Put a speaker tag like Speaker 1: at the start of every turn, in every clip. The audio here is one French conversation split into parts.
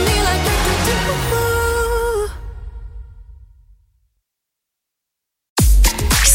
Speaker 1: me like we could do. Ooh.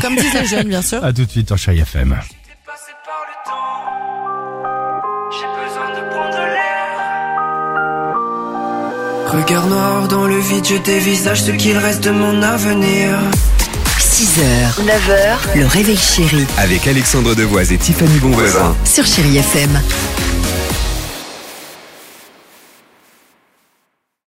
Speaker 2: Comme disent les jeunes, bien sûr.
Speaker 3: A tout de suite en Chai FM.
Speaker 4: J'ai passé par le temps. J'ai besoin de prendre l'air.
Speaker 5: Regard noir dans le vide, je dévisage ce qu'il reste de mon avenir.
Speaker 6: 6h, 9h, le réveil chéri
Speaker 7: Avec Alexandre Devoise et Tiffany Bonvoisin.
Speaker 6: sur Chérie FM.